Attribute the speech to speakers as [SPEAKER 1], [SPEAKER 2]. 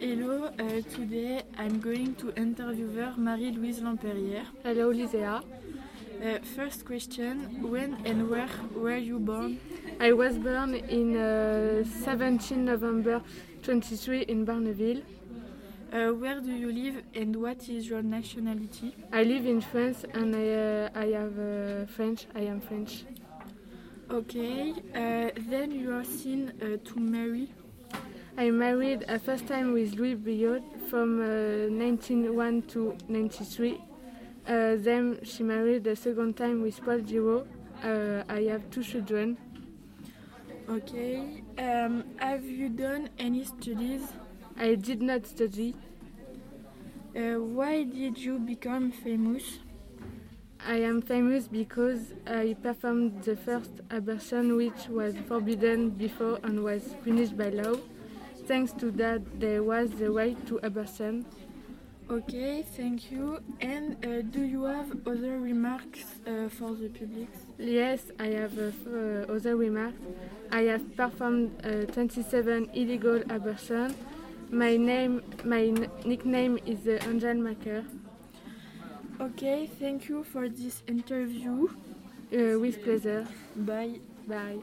[SPEAKER 1] Hello, uh, today I'm going to interviewer Marie-Louise Lampérière.
[SPEAKER 2] Hello, Lisea.
[SPEAKER 1] Uh, first question, when and where were you born?
[SPEAKER 2] I was born in uh, 17 November 23 in Barneville.
[SPEAKER 1] Uh, where do you live and what is your nationality?
[SPEAKER 2] I live in France and I, uh, I have uh, French. I am French.
[SPEAKER 1] Okay, uh, then you are seen uh, to marry.
[SPEAKER 2] I married a first time with Louis Billot from uh, 1901 to 93. Uh, then she married a second time with Paul Giraud. Uh, I have two children.
[SPEAKER 1] Okay, um, have you done any studies?
[SPEAKER 2] I did not study.
[SPEAKER 1] Uh, why did you become famous?
[SPEAKER 2] I am famous because I performed the first abortion which was forbidden before and was punished by law. Thanks to that, there was the right to abortion.
[SPEAKER 1] Okay, thank you. And uh, do you have other remarks uh, for the public?
[SPEAKER 2] Yes, I have uh, f- uh, other remarks. I have performed uh, 27 illegal abortions. My name, my n- nickname is the Angel Maker.
[SPEAKER 1] Okay, thank you for this interview.
[SPEAKER 2] Uh, with pleasure.
[SPEAKER 1] Bye.
[SPEAKER 2] Bye.